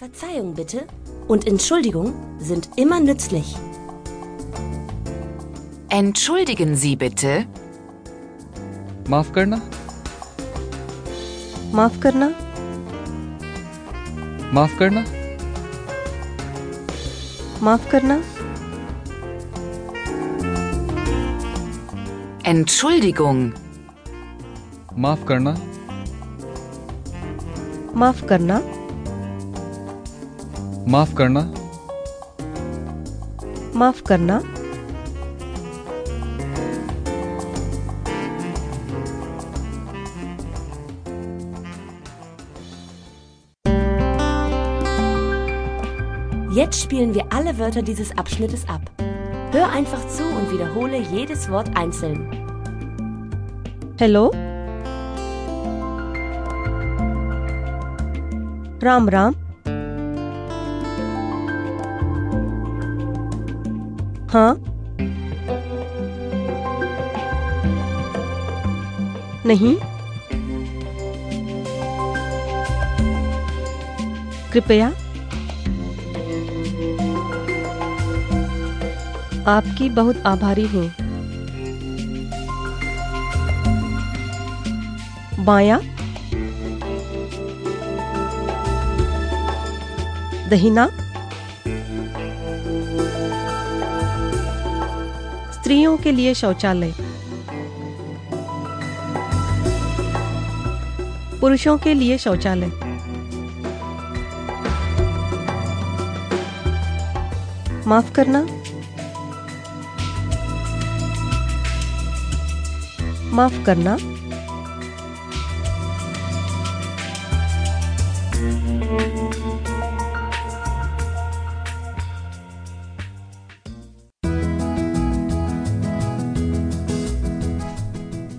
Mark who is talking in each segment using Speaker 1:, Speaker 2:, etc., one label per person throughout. Speaker 1: Verzeihung bitte und Entschuldigung sind immer nützlich.
Speaker 2: Entschuldigen Sie bitte.
Speaker 3: माफ करना
Speaker 4: माफ करना
Speaker 3: माफ करना
Speaker 4: माफ करना
Speaker 2: Entschuldigung.
Speaker 3: माफ करना
Speaker 4: माफ करना
Speaker 3: माफ करना
Speaker 4: माफ करना
Speaker 1: Jetzt spielen wir alle Wörter dieses Abschnittes ab. Hör einfach zu und wiederhole jedes Wort einzeln.
Speaker 4: हेलो राम राम हाँ नहीं कृपया आपकी बहुत आभारी हूँ बाया दहिना स्त्रियों के लिए शौचालय पुरुषों के लिए शौचालय माफ करना माफ करना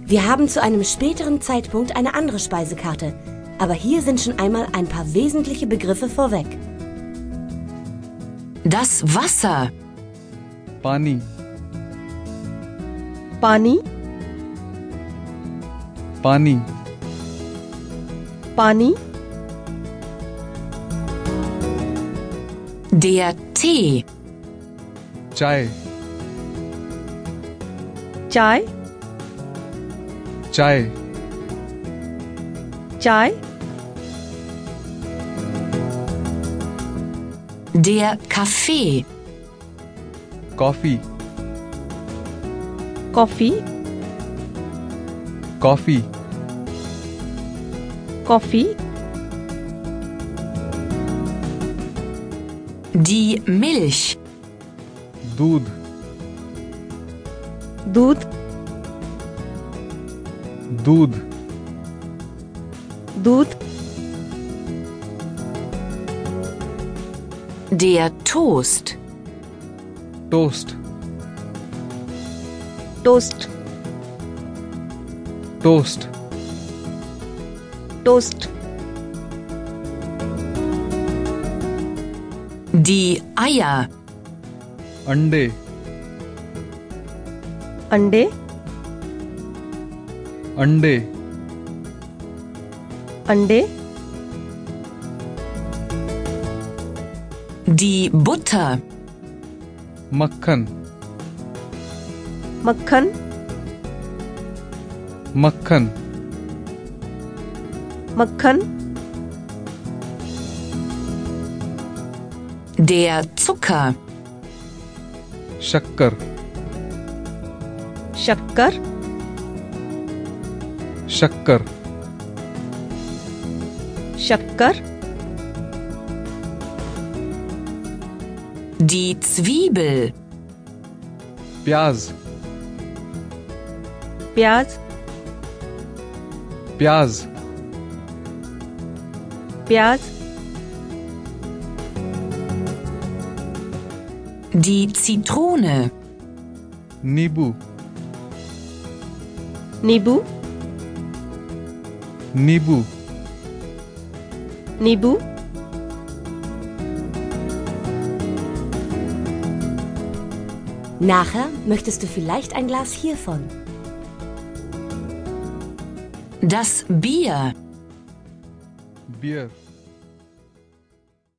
Speaker 1: Wir haben zu einem späteren Zeitpunkt eine andere Speisekarte, aber hier sind schon einmal ein paar wesentliche Begriffe vorweg.
Speaker 2: Das Wasser.
Speaker 3: पानी
Speaker 4: पानी
Speaker 3: पानी
Speaker 4: पानी
Speaker 2: Der Tee.
Speaker 3: चाय
Speaker 4: चाय
Speaker 3: चाय
Speaker 4: चाय
Speaker 2: Der Kaffee.
Speaker 3: कॉफी
Speaker 4: कॉफी
Speaker 3: कॉफी
Speaker 4: कॉफी
Speaker 2: Die Milch.
Speaker 3: दूध
Speaker 4: दूध
Speaker 3: दूध
Speaker 4: दूध
Speaker 2: Der Toast.
Speaker 3: टोस्ट
Speaker 4: टोस्ट
Speaker 3: टोस्ट
Speaker 4: टोस्ट
Speaker 2: Die Eier.
Speaker 3: अंडे
Speaker 4: अंडे
Speaker 3: अंडे
Speaker 4: अंडे
Speaker 2: Die Butter.
Speaker 3: मक्खन
Speaker 4: मक्खन
Speaker 3: मक्खन
Speaker 4: मक्खन
Speaker 2: Der Zucker.
Speaker 3: शक्कर
Speaker 4: शक्कर
Speaker 3: शक्कर
Speaker 4: शक्कर
Speaker 2: Die Zwiebel.
Speaker 3: प्याज
Speaker 4: प्याज
Speaker 3: प्याज
Speaker 4: प्याज
Speaker 2: Die Zitrone.
Speaker 3: नींबू
Speaker 4: नींबू
Speaker 3: नींबू
Speaker 4: नींबू
Speaker 1: Nachher möchtest du vielleicht ein Glas hiervon.
Speaker 2: Das Bier.
Speaker 3: बियर